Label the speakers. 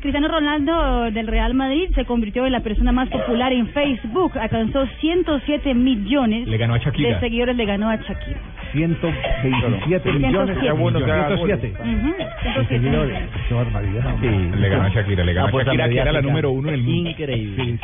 Speaker 1: Cristiano Ronaldo del Real Madrid se convirtió en la persona más popular en Facebook. Alcanzó 107 millones
Speaker 2: Le ganó a Shakira.
Speaker 1: de seguidores. Le ganó a Shakira.
Speaker 3: 127 millones.
Speaker 1: Ya bueno
Speaker 2: que haga
Speaker 3: 107.
Speaker 1: Ujú, 107 millones.
Speaker 3: Qué barbaridad.
Speaker 2: Le ganó a Shakira, le ganó a
Speaker 3: Apuesta
Speaker 2: Shakira, que era la
Speaker 3: mediática.
Speaker 2: número uno del mundo.
Speaker 3: Increíble.